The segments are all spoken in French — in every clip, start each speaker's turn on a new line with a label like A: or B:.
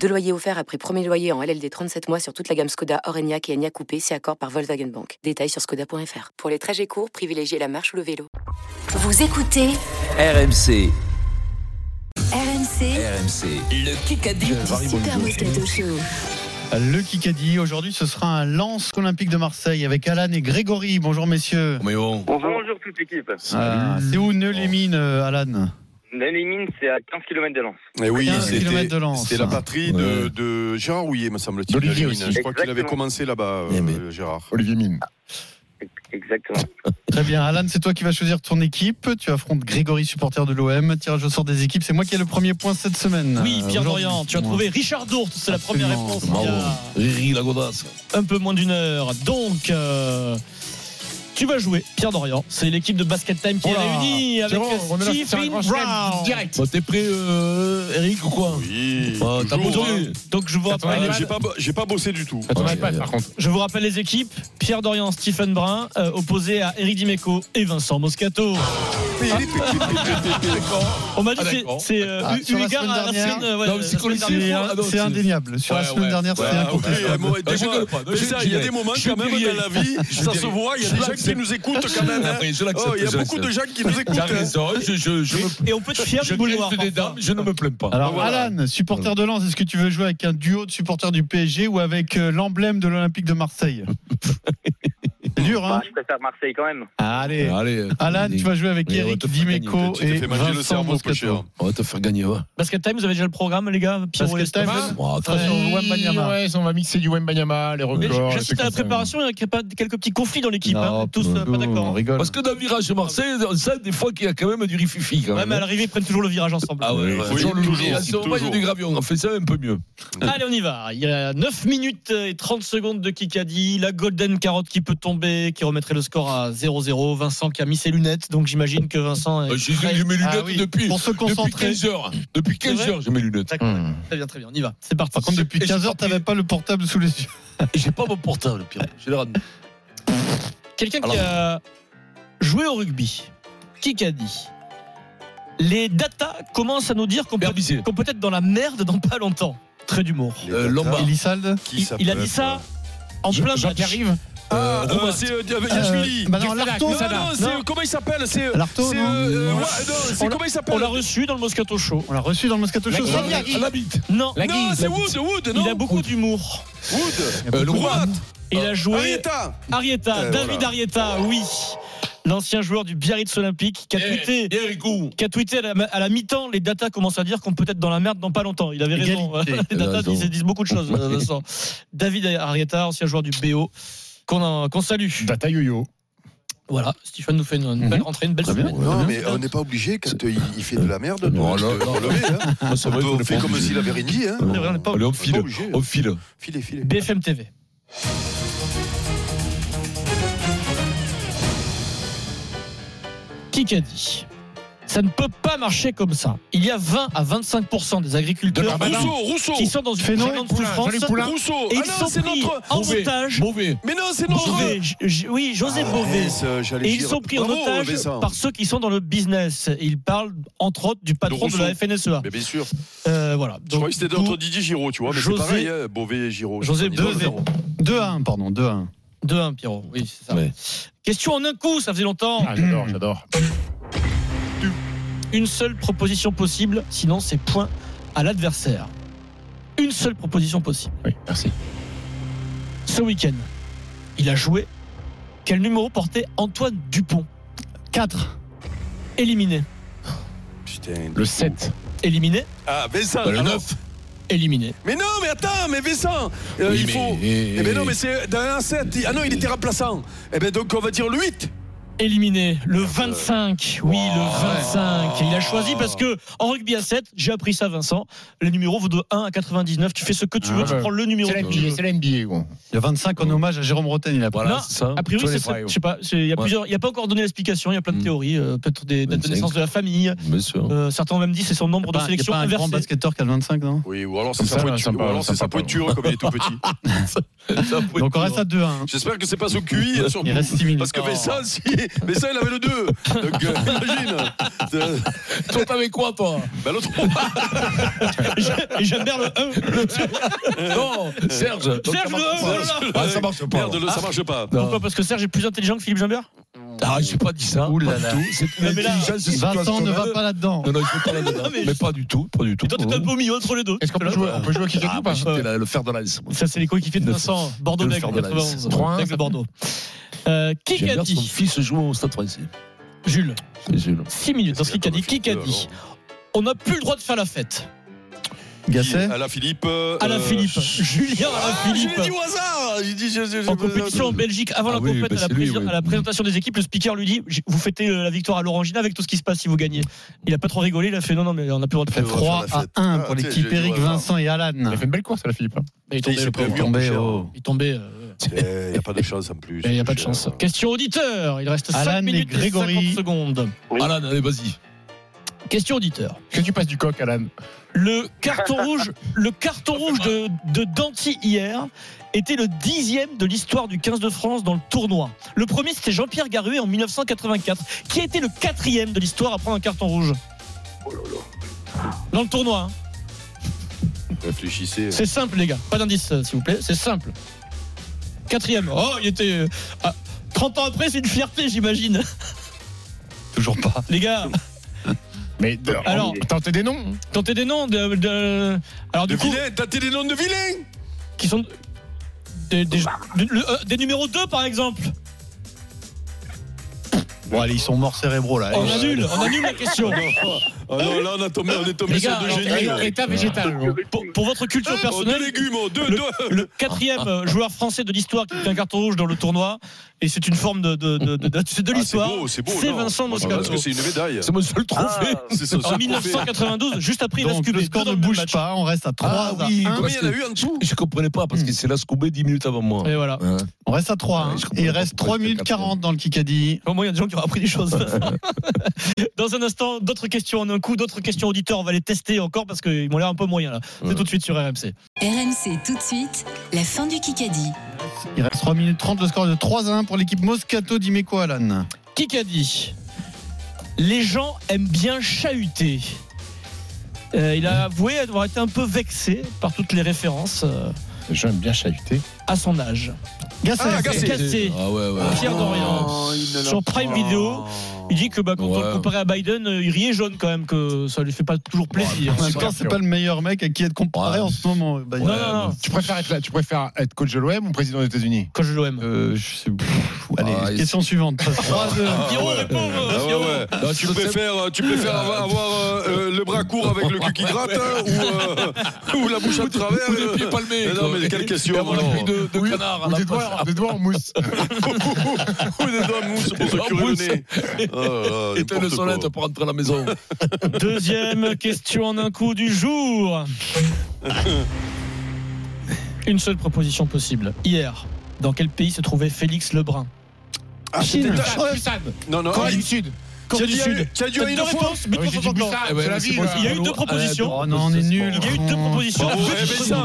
A: Deux loyers offerts après premier loyer en LLD 37 mois sur toute la gamme Skoda, Orenia et Enya Coupé, si accord par Volkswagen Bank. Détails sur skoda.fr. Pour les trajets courts, privilégiez la marche ou le vélo.
B: Vous écoutez
C: RMC,
B: RMC,
C: RMC, le Kikadi.
B: du Super Moscato Show.
D: Le Kikadi, aujourd'hui ce sera un lance olympique de Marseille avec Alan et Grégory. Bonjour messieurs.
C: Mais bon,
E: Bonjour toute l'équipe.
D: Ah, c'est où ne les mines, euh, Alan
E: Les mines, c'est à 15 km de Lens.
F: Eh oui,
D: 15
F: c'était
D: kilomètres de Lens.
F: c'était la patrie de, de Gérard Rouillet, me semble-t-il.
G: D'Olivier
F: Mine.
G: aussi.
F: Je crois qu'il avait
E: Exactement.
F: commencé là-bas,
G: Eh
F: euh,
G: ben.
F: Gérard.
G: Olivier Mine.
E: Exactement.
D: Très bien, Alan, c'est toi qui vas choisir ton équipe. Tu affrontes Grégory, supporter de l'OM. Tirage au sort des équipes, c'est moi qui ai le premier point cette semaine.
H: Oui,
D: Euh,
H: Pierre
D: aujourd'hui.
H: Dorian, tu as
D: Moi.
H: trouvé Richard Dourte, c'est la
D: Absolument,
H: première réponse il y
G: Bravo.
H: a
G: Riri la godasse.
H: un peu moins d'une heure. Donc, euh, tu vas jouer, Pierre Dorian. C'est l'équipe de Basket Time qui
G: Oula.
H: est réunie avec
G: Jérôme, on est là, c'est un
H: Stephen
G: grand
H: Brown.
G: chelem, Bon, Bah, t'es prêt, euh, Eric, ou quoi
F: Oui.
G: Ah, T'as
F: toujours,
G: besoin
F: hein.
H: Donc, je vous,
F: Ah,
H: rappelle,
F: J'ai pas, bo- j'ai pas bossé du tout.
G: Attends, iPad, par contre.
H: je vous rappelle les équipes. Pierre Dorian, Stephen Brun, euh, opposé à Eric Dimeco et Vincent Moscato. On m'a dit
G: Ah,
H: que c'est-
G: d'accord.
H: c'est euh,
D: Ah,
H: eu-
D: sur
H: eu
D: la
H: égard
D: semaine
H: à la
D: dernière.
H: semaine, euh, ouais,
G: Non, mais
H: la
G: c'est
H: semaine
G: collectif.
H: dernière.
G: Ah, non,
D: C'est indéniable. Sur la
G: Ouais,
D: semaine
G: ouais.
D: dernière, c'était
G: Ouais,
D: incompris.
G: ouais.
F: Eh, moi,
G: Euh, je
F: déjà,
G: gueule pas,
F: mais
G: je euh,
F: ça,
G: dirais.
F: Il y a des moments
G: Je
F: quand même
G: dirais.
F: dans la vie,
G: Je
F: ça
G: dirais.
F: se voit, il y a
G: Je
F: des gens
G: l'accepte.
F: qui nous écoutent quand même. hein.
G: Après, je
F: Oh,
G: l'accepte.
F: Il y a
G: je
F: beaucoup de
G: l'accepte.
F: gens qui nous écoutent.
G: T'as
F: hein.
G: raison, je, je, je, me-
H: Et on peut être fier
G: je
H: du boulevard.
G: grince des
H: parfois.
G: dames, je ne me plains pas.
D: Alors,
F: Voilà.
D: Alan, supporter de Lens, est-ce que tu veux jouer avec un duo de supporters du PSG ou avec euh, l'emblème de l'Olympique de Marseille C'est dur, hein
E: Bah, je préfère Marseille quand même.
D: Allez.
G: Allez, euh,
D: Alan, tu vas jouer avec
G: Mais on
D: Eric
G: te fait gagner,
D: Dimeco
F: Tu
D: et
F: t'es fait manger le
D: Vincent
F: cerveau,
D: Moscato.
F: Pocheur.
G: on va te faire gagner, Bah, va.
H: Basket Time, vous avez déjà le programme, les gars Pierrot
D: Basket
H: et Stephen
D: Time,
G: Bon,
D: Très
G: attends.
D: bien. Wembanyama.
I: Ouais, on va mixer du Wembanyama, les
H: Mais
I: records. les
H: J'assiste
I: trucs
H: à la
I: comme ça.
H: préparation, il y a quelques petits conflits dans l'équipe.
D: Non,
H: hein. Tous euh, pas
D: plutôt,
H: d'accord.
D: On
H: hein.
D: rigole.
G: Parce que dans le virage de Marseille, on sait des fois qu'il y a quand même du rififi. Quand
H: Ouais,
G: même. hein.
H: mais à l'arrivée, ils prennent toujours le virage ensemble.
G: Ah ouais, ouais.
F: Oui,
G: Toujours le
F: toujours,
G: lourd. À ce moment, il y a
F: toujours.
G: du gravion. On fait ça un peu mieux.
H: Allez, on y va. Il y a 9 minutes et 30 secondes de Kikadi. La Golden Carotte qui peut tomber, qui remettrait le score à 0-0. Vincent qui a mis ses lunettes, donc j'imagine que Vincent. Est
G: Euh, J'ai
H: prêt.
G: j'ai mes
D: Ah
G: lunettes
D: oui,
G: depuis,
D: Pour se
G: depuis
D: concentrer.
G: 15 heures. Depuis 15
H: vrai
G: heures, j'ai mes lunettes.
H: D'accord,
I: Hmm.
H: Très bien, très bien, on y va. C'est parti.
D: Par contre, depuis
G: Et j'ai
D: 15
G: pas
D: heures, t'avais
G: pris-
D: pas le portable sous les yeux.
G: Et J'ai pas mon portable, Pierre. J'ai le ramené.
H: Quelqu'un qui
G: Alors.
H: a joué au rugby, Kikadi. Les data commencent à nous dire qu'on peut,
G: Berbizier.
H: qu'on peut être dans la merde dans pas longtemps. Très d'humour.
G: Euh, Lombard.
D: Elisalde
F: Qui
H: Il,
F: ça
H: il a
F: peut
H: dit
F: être,
H: ça en
I: Je-
H: plein
I: Jean
H: match.
I: qui arrive
F: Ah, euh,
G: Romain.
F: c'est euh, Yachvili.
D: bah non,
F: Qui-
D: Lartaud,
F: Non, non, c'est,
D: non.
F: comment il s'appelle C'est, euh,
D: Lartaud,
F: c'est,
D: non.
F: euh,
D: Non.
F: ouais, non, c'est
H: On l'a-
F: comment il s'appelle
H: On l'a reçu dans le Moscato Show.
D: On l'a reçu dans le Moscato Show.
I: Lagui.
D: ça vient.
I: Lagui.
G: À la bite.
H: Non,
I: La
F: Non,
I: guise,
F: c'est
I: la
F: Wood, Wood, non
H: il a beaucoup d'humour.
F: Wood.
G: Euh, Lombard.
F: Droite.
H: Il a
F: Ah
H: joué
F: Arietta.
H: Arietta,
F: Euh,
H: David
F: voilà.
H: Arietta, oui. L'ancien joueur du Biarritz Olympique qui a tweeté,
G: Pierre Rico.
H: qui a tweeté à la, à la mi-temps, les datas commencent à dire qu'on peut être dans la merde dans pas longtemps. Il avait raison.
D: Égalité.
H: Les datas
G: Raison.
H: disent, disent beaucoup de choses, Vincent. David Arietta, ancien joueur du BO, qu'on a- qu'on salue.
I: Data Yo-Yo.
H: Voilà, Stéphane nous fait une, une belle rentrée, une belle semaine.
F: Mhm. Non, mais on n'est pas obligé quand euh, il, il fait de la merde de,
G: Non,
F: de-
G: non,
F: de
G: non.
F: relever. Hein.
G: Ah, c'est
F: On,
G: vrai
F: peut-
G: qu'on
F: on
G: est
F: fait
G: pas
F: comme
G: obligé.
F: s'il avait rien dit. Hein.
G: Non.
H: C'est vrai, on n'est pas
G: Allez, on
F: On n'est pas
G: file.
F: obligé.
G: On file.
F: Filez, filez.
H: BFM TV. Qui qu'a dit Ça ne peut pas marcher comme ça. Il y a 20 à 25 des agriculteurs
I: Darmanin.
F: Rousseau, Bah Rousseau.
H: qui sont dans une
D: Fénon,
H: grande
I: Poulain,
H: souffrance
I: Jean-Luc Poulain.
F: Rousseau.
H: et
F: Ah
H: ils
F: non,
H: sont
F: c'est
H: pris
F: notre.
H: en
G: Beauvais.
H: otage.
G: Mauvais.
F: Mais non, c'est notre.
H: Beauvais, J- J- oui, José
F: Ah,
H: Beauvais.
F: yes, euh, j'allais
H: Et ils
F: dire.
H: sont pris en
F: Bravo,
H: otage
F: Vincent.
H: par ceux qui sont dans le business. Et ils parlent entre autres du patron de, la
F: Rousseau.
H: FNSEA.
F: Mais bien sûr.
H: E Euh, voilà.
F: Je croyais que c'était
H: du coup,
F: entre Didier Giraud, tu vois. Mais
H: José-
F: c'est pareil, hein, Beauvais et Giraud.
H: José
F: Ils sont
H: Beauvais.
F: 0.
D: 2-1, pardon, 2-1.
H: 2-1, Pierrot. Oui, c'est ça.
G: Ouais.
H: Question en un coup, ça faisait longtemps.
I: Ah, j'adore, j'adore.
H: une seule proposition possible, sinon c'est point à l'adversaire. Une seule proposition possible.
I: Oui, merci.
H: Ce week-end, il a joué. Quel numéro portait Antoine Dupont
D: 4.
H: Éliminé.
F: Putain.
I: Le 7.
H: Éliminé.
F: Ah, Vincent.
G: Bah, Le
F: alors.
G: 9.
H: Éliminé.
F: Mais non, mais attends, mais Vincent, euh,
G: eh,
F: il faut. Eh ben non, mais c'est dans un 7. Ah non, il était remplaçant. Eh ben donc on va dire le 8.
H: éliminé. Le 25, oui, le 25. Et il a choisi parce que en rugby à 7, j'ai appris ça, Vincent. Les numéros vont de 1 à 99. Tu fais ce que tu veux,
I: Ah
H: tu
I: ouais.
H: prends le numéro
I: C'est la
H: que tu veux.
I: NBA, c'est la NBA, gros.
D: Le 25 en hommage à Jérôme Rotten, il a pris.
G: Voilà,
H: Non,
G: c'est ça.
H: A priori,
G: Tous les
H: c'est-
G: frères.
H: je sais pas. c'est- Il y a
G: Ouais.
H: plusieurs. Il y a pas encore donné l'explication. Il y a plein de
G: Mm.
H: théories. euh, Peut-être des dates de
G: 25.
H: naissance de la famille.
G: Bien sûr.
H: Euh, certains ont même dit c'est son nombre de
D: Bah, y a
H: sélections
D: pas un grand
H: inversées.
D: basketteur qui a le 25, non
F: Oui, ou alors c'est
I: Comme
F: sa
I: ça,
F: pointure,
I: sympa,
F: ou alors c'est
I: sympa,
F: sa pointure hein, comme il est tout petit.
D: Donc on reste à 2-1. hein.
F: J'espère que c'est pas son QI surtout.
D: Il reste 6 minutes.
F: Parce que
H: Oh.
F: Bessin, si, Bessin, il avait le 2. Donc, euh, imagine. Euh,
G: Toi, t'avais quoi, toi
F: Bah, l'autre,
H: Et Jambert le 1.
G: Non, Serge. toi,
H: Serge le
G: ça marche
H: un,
G: pas.
H: oh là là.
G: Ah, ça marche pas.
F: merde, le- ça marche pas.
H: Pourquoi Parce que Serge est plus intelligent que Philippe Jambert
G: Ah, j'ai pas dit ça.
D: Ouh là
G: Pas
D: là.
G: du tout. C'est une
H: Non, mais là,
G: intelligence
D: Vincent ne va
G: situationnelle.
D: pas là-dedans.
G: Non, non, je veux pas là-dedans.
H: Non, mais-
G: mais, pas du tout, pas du tout.
H: Et toi, t'es un peu au milieu entre les deux.
I: Est-ce qu'on peut
H: Là,
I: jouer, on peut jouer au kick
G: ah,
I: ou
G: bah,
I: pas
G: j'étais là, le fer de lance.
H: Ça, c'est les coéquipiers de
G: Le-
H: Vincent. Bordeaux
G: le
H: Bègles,
G: fer de la
H: 91.
G: liste. 3-1.
H: Bègles de Bordeaux. Euh, qui a
G: J'aime bien son
H: dit
G: fils joue au stade français.
H: Jules,
G: C'est sûr.
H: 6 minutes dans ce qu'il a dit. Qui a dit On n'a plus le droit de faire la fête.
D: Gasset
F: À la Philippe. euh,
H: Alain Philippe. Julien Alain
F: Ah, je l'ai dit
H: Philippe.
F: au hasard. Il dit, je- je- je-
H: En compétition en Belgique, avant
G: Ah
H: la
G: oui,
H: compétition,
G: bah
H: à, la
G: c'est lui,
H: pré-
G: oui.
H: à la présentation des équipes, le speaker lui dit J- Vous fêtez euh, la victoire à l'Orangina avec tout ce qui se passe si vous gagnez. Il a pas trop rigolé, il a fait Non, non, mais on n'a plus le droit de faire.
F: Ouais, ouais.
D: 3 à 1 pour
F: Ah, tiens,
D: l'équipe
F: j'ai-
D: Eric,
F: j'ai-
D: Vincent et Alan.
I: Il a fait une belle course, la Philippe. hein.
H: Mais il
F: Il s'est
H: tombait,
F: prévenu,
D: tombé
F: mon cher.
D: au-
H: il tombait, euh,
F: Eh, y a pas de chance en plus.
H: mais il n'y a pas de
F: mon cher.
H: chance. Question auditeur Il reste 5
D: Alan et
H: minutes et
D: Grégory.
H: 50 secondes.
G: Alan, allez, vas-y.
H: Question auditeur
I: Que tu passes du coq, Alan.
H: Le carton rouge, le carton rouge de, de Danty hier était le dixième de l'histoire du 15 de France dans le tournoi. Le premier, c'était Jean-Pierre Garuet en 1984. Qui a été le quatrième de l'histoire à prendre un carton rouge Dans le tournoi. hein.
F: Réfléchissez.
H: C'est simple, les gars. Pas d'indice, euh, s'il vous plaît. C'est simple. Quatrième. Oh, il était. euh, ah, 30 ans après, c'est une fierté, j'imagine.
D: Toujours pas.
H: Les gars,
I: Mais de-
H: Alors-
I: tentez des noms.
H: tentez des noms de. de- Alors,
F: De
H: Ah, du coup,
F: vilain, tâtez les noms de vilain.
H: qui sont. Des, des- de- le- euh, des numéros 2, par exemple.
D: Bon, allez, ils sont morts cérébraux là.
H: On
D: Allez,
H: annule, on annule la question.
F: Ah non, là, on, a tombé, on est tombé
H: Les
F: sur
H: gars,
F: deux
H: alors,
F: génies.
H: alors,
F: là.
I: État végétal. gros.
H: Pour, pour votre culture
F: Oh, deux
H: personnelle,
F: légumes, oh, deux, deux.
H: le quatrième
F: Ah.
H: euh, joueur français de l'histoire qui a pris un carton rouge dans le tournoi, et c'est une forme de, de, de, de- de- c'est de
F: Ah, c'est
H: l'histoire.
F: beau, c'est beau.
H: c'est
F: non. Bah,
H: Vincent
F: Parce
H: Moscato.
F: que c'est une médaille.
G: C'est mon seul
E: Ah.
G: trophée.
F: C'est ça,
H: en
F: c'est le trophée.
H: 1992, juste après il a
D: Donc le score ne bouge pas, on reste à 3 à
G: Ah oui,
D: 1.
G: parce
F: Combien il y en a eu en dessous
G: Je comprenais pas parce que c'est la Scoubé 10 minutes avant moi.
H: Et voilà.
G: Hein.
D: On reste à 3.
G: Ouais,
D: hein.
G: je comprends
D: Et il
G: pas
D: reste 3
G: pourquoi je fais
D: minutes
G: quatre,
D: 40 dans le Kikadi.
H: Au moins, il y a des gens qui ont appris des choses. Dans un instant, d'autres questions en un coup, d'autres questions auditeurs. On va les tester encore parce qu'ils m'ont l'air un peu moyens là. C'est
G: Ouais.
H: tout de suite sur RMC.
B: RMC tout de suite, la fin du Kikadi.
D: Il reste 3 minutes 30, le score est de 3 à 1 pour l'équipe Moscato d'Imeco Alan.
H: Qui qu'a dit Les gens aiment bien chahuter. Euh, il a avoué avoir été un peu vexé par toutes les références euh,
I: J'aime bien chahuter.
H: à son âge.
D: Gasset,
F: Ah,
H: Gasset.
F: Gasset.
H: Cassé.
G: Ah ouais, ouais.
H: Pierre Dorian. Sur Prime Video,
F: Ah,
H: il dit que bah, quand on le
G: Ouais.
H: comparait à Biden, euh, il riait jaune quand même, que ça lui fait pas toujours plaisir.
D: en même temps, c'est pas le meilleur mec à qui être comparé
G: Ouais.
D: en ce moment. Bah,
H: non, non, non.
I: Tu préfères être là, tu préfères être coach de l'OM ou président des États-Unis
H: Quand je l'aime.
D: euh, je sais- pff, allez,
G: Ah, il-
D: question suivante. 3 2.
H: Pierrot répond, euh,
F: Ah ouais,
H: Pierrot.
F: ouais.
G: Non,
F: tu
G: le sais-
F: préfères, euh, tu préfères avoir, avoir, euh, euh, le bras court avec le cul qui gratte hein, ou, euh, ou la bouche à travers
G: Ou
F: euh,
G: des pieds palmés.
F: Mais non, mais quelle question,
G: Et avoir la
F: alors.
G: pluie de, de canard à
I: Ou
G: la Ah,
I: des
G: place.
I: doigts, des doigts en mousse.
F: ou des doigts de mousse pour se
G: doigts
F: curer le
G: mousse.
F: nez. Oh là là,
G: Éteins le
F: n'importe quoi.
G: sonnette pour rentrer à la maison.
H: Deuxième question en un coup du jour. Une seule proposition possible. Hier, dans quel pays se trouvait Félix Lebrun
F: Ah, c'était ta-
I: Busan.
F: Non, Ah, non,
I: Corée
F: il-
I: du Sud.
F: tu as
H: Corée du
F: dit-
H: Sud.
F: tu as dit
H: T'as
F: une
H: deux
F: fois
H: réponses, mais
I: Oui, j'ai
H: trois
I: dit
H: encore.
I: Busan,
G: Eh ben,
I: c'est la
G: c'est
I: ville.
G: bon,
H: Il y a eu deux propositions.
D: Oh non, on est nul.
H: Il y a eu deux propositions.
F: Bravo, eh, mais ça, mais ça,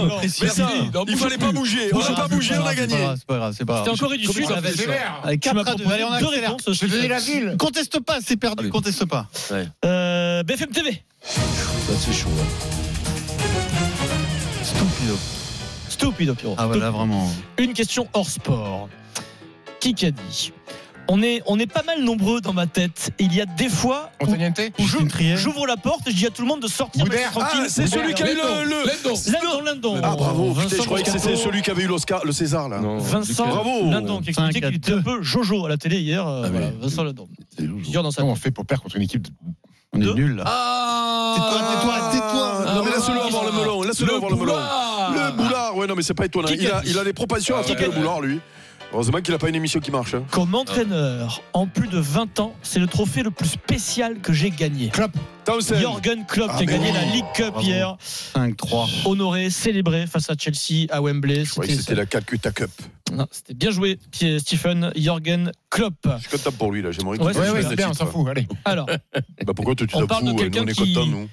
G: Non,
F: il fallait pas bouger. On n'a pas bougé, on a gagné.
D: C'est pas grave, c'est pas
H: C'était en
D: grave.
H: Corée du
G: Comment
H: Sud.
G: ça fait
H: Tu
G: ça
I: Sévère.
D: Allez,
H: m'as
D: 4 à 2.
H: proposé
D: Allez, on
H: deux
D: accélère.
H: réponses.
I: Je te dis la ville.
D: Conteste pas, c'est perdu,
G: Allez.
D: conteste pas.
H: Euh, BFM TV.
G: Ça, C'est chaud. hein.
D: Stupido.
H: Stupido, Pierrot.
D: Ah voilà, vraiment.
H: Une question hors sport. Qui qui a dit on est, on est pas mal nombreux dans ma tête. Il y a des fois où
I: Antoniente
H: Ou je-
D: Justine Trier.
H: J'ouvre la porte et je dis à tout le monde de sortir.
I: Boudère.
H: restez tranquille.
F: Ah, c'est celui qui a eu le. le-
G: Lindon.
H: Lindon, Lindon.
F: Ah, bravo, putain,
H: Vincent
F: je croyais que c'était
H: Moscato.
F: celui qui avait eu l'oscar, le César, là.
H: Vincent
F: Bravo.
H: Lindon qui expliquait
D: Cinq à
H: qu'il était un peu Jojo à la télé hier. euh,
G: Ah,
H: voilà,
G: oui.
H: Vincent Lindon.
G: C'est lourd.
H: Plusieurs dans sa
I: Comment on fait pour perdre contre une équipe de-
D: On est
H: Deux.
D: nul là.
G: Ah
D: Tais-toi, tais-toi, tais-toi.
F: Non, mais laisse-le avoir le Ah, melon, laisse-le avoir le melon. Le boulard, ouais, non, mais c'est pas étonnant. hein.
H: Qui
F: Il a,
H: qu'a-
F: il a des propensions à
G: Ah,
F: frapper
G: ouais.
F: le boulard, lui. Heureusement qu'il a pas une émission qui marche. hein.
H: Comme entraîneur, en plus de 20 ans, c'est le trophée le plus spécial que j'ai gagné.
F: Townsend.
H: Jorgen Klopp
I: Ah,
H: qui a
I: mais
H: gagné
I: oui.
F: oh,
H: la League Cup
I: Bravo.
H: hier,
D: 5-3.
H: honoré, célébré face à Chelsea à Wembley.
F: Je croyais que c'était la Calcutta Cup.
H: Non, c'était bien joué, Pierre- Stephen Jorgen Klopp.
F: Je suis content pour lui, là. J'aimerais qu'il
H: Ouais,
I: Ouais,
F: gagne
I: ouais,
F: le
I: c'est bien, on
F: titre.
I: s'en fout, allez.
H: Alors,
F: euh, Bah, pourquoi toi, tu
H: On
F: t'en fous
H: parle de
F: Nous,
H: quelqu'un
F: on est
H: qui-
F: contents, nous.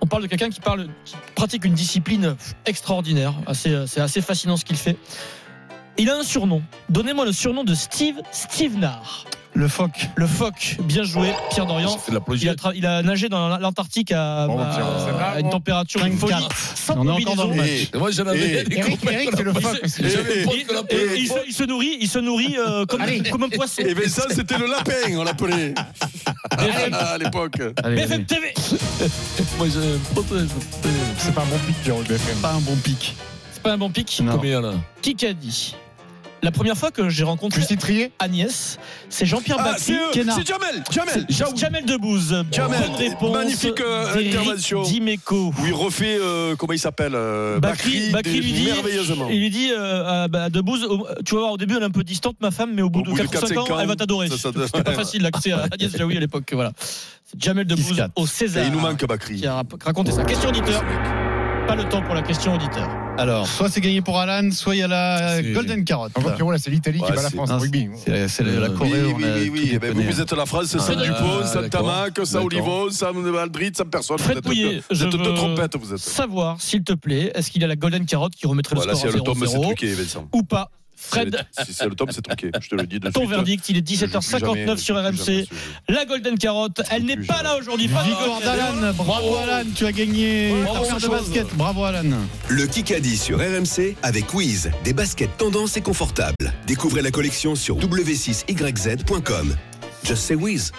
H: on parle de quelqu'un qui parle, qui pratique une discipline extraordinaire. Assez- euh, C'est assez fascinant ce qu'il fait. Il a un surnom. Donnez-moi le surnom de Steve Stevenard.
D: Le phoque.
H: Le phoque, bien joué, Pierre Dorian.
G: Ça fait de
H: Il
G: la
H: a,
G: plagiat.
H: tra- il a nagé dans l'Antarctique à,
I: Bravo,
H: à-
I: Pierre, c'est
H: à une
I: bravo.
H: température de folie,
D: 5-4.
H: sans
D: On est encore
H: combinaison.
D: dans le match.
F: Eh,
G: Moi, j'en avais
F: Et-
G: des
I: Eric,
G: copains
I: Eric,
G: qu'on
I: c'est le
G: a-
I: fuck aussi.
G: Et-
F: Eh,
G: Pote
H: Et-
G: qu'on
H: et-
G: appelait
H: et il, se, il se nourrit, il se nourrit euh, comme,
I: Allez.
H: comme un poisson.
F: Et eh, Vincent, c'était le lapin, on l'appelait. Ah, à l'époque.
D: Allez,
H: BFM
D: allez.
H: TV,
G: Moi, j'ai- Pote, euh,
I: C'est pas un bon pic, Jérôme BFM.
D: Pas un bon pic.
H: c'est pas un bon pic.
D: Non.
G: Combien là
H: Kikadi. La première fois que j'ai rencontré
I: Plus trié
H: Agnès, c'est Jean-Pierre
F: Ah, c'est
H: Bacri,
F: eux,
H: Kenard.
F: c'est Jamel, Jamel.
H: Jamel, Debbouze.
F: Jamel,
H: Bonne réponse.
F: magnifique, euh,
H: d'Éric
F: intervention.
H: Dimeco.
F: Où il refait, euh, comment il s'appelle euh,
H: Bacri,
F: Bakri,
H: Bacri
F: des-
H: lui dit,
F: merveilleusement.
H: il lui dit euh, à- bah, à Debbouze, au- tu vas voir, au début, elle est un peu distante, ma femme, mais au bout
F: Au
H: de
F: bout de
H: 4-5 ans,
F: 4-5 ans,
H: elle va t'adorer.
F: ça, ça
H: C'était
F: doit-
H: pas facile l'accès à Agnès Jaoui à l'époque. Voilà. C'est Jamel Debbouze
D: 10-4.
H: au
F: Et
H: César.
F: il nous manque Bakri.
H: Qui a rap- raconté sa question auditeur. Pas le temps pour la question auditeur.
D: Alors, soit c'est gagné pour Alan, soit il y a la
G: C'est-
D: Golden Carrot.
I: En gros, Pierrot, là, c'est l'Italie
F: Ouais,
I: qui bat la
F: c'est-
I: France en
D: Non,
I: rugby.
D: C'est c'est la, la
G: Oui,
F: Oui,
D: Corée.
F: oui,
D: on a
F: oui,
D: tout
F: oui. Eh ben, vous,
D: déconné. hein.
F: vous êtes la France, sans
G: Ah,
F: Dupont, sans
G: d'accord.
F: Tamac, sans
G: D'accord.
F: Olivon, sans Aldrit, sans personne.
H: Fred
F: vous êtes
H: Pouillet,
F: deux- vous
H: je
F: êtes
H: veux-
F: deux trompettes, vous êtes.
H: Savoir, s'il te plaît, est-ce qu'il y a la Golden Carotte qui remettrait
F: Voilà,
H: le
F: si
H: score
F: elle le tombe,
H: à
F: c'est
H: 0
F: truqué, Vincent.
H: ou pas
F: Si
H: Fred,
F: elle est- Si c'est le top, c'est truqué. Je te le dis de
H: ton
F: suite. hein.
H: verdict, il est
F: Je joue plus
H: 17h59 sur
F: jamais- je joue plus jamais
H: RMC.
F: à ce jeu.
H: La Golden Carotte, elle n'est
F: plus
H: pas
F: jamais.
H: là aujourd'hui. Pas de
D: Victoire
H: Golden Carotte.
D: d'Alan. Bravo Alan, tu as gagné
H: Bravo,
D: ta paire de
H: chose.
D: basket. Bravo Alan.
J: Le Kikadi sur RMC avec Wiz, des baskets tendance et confortables. Découvrez la collection sur w6yz.com. Just say Wiz.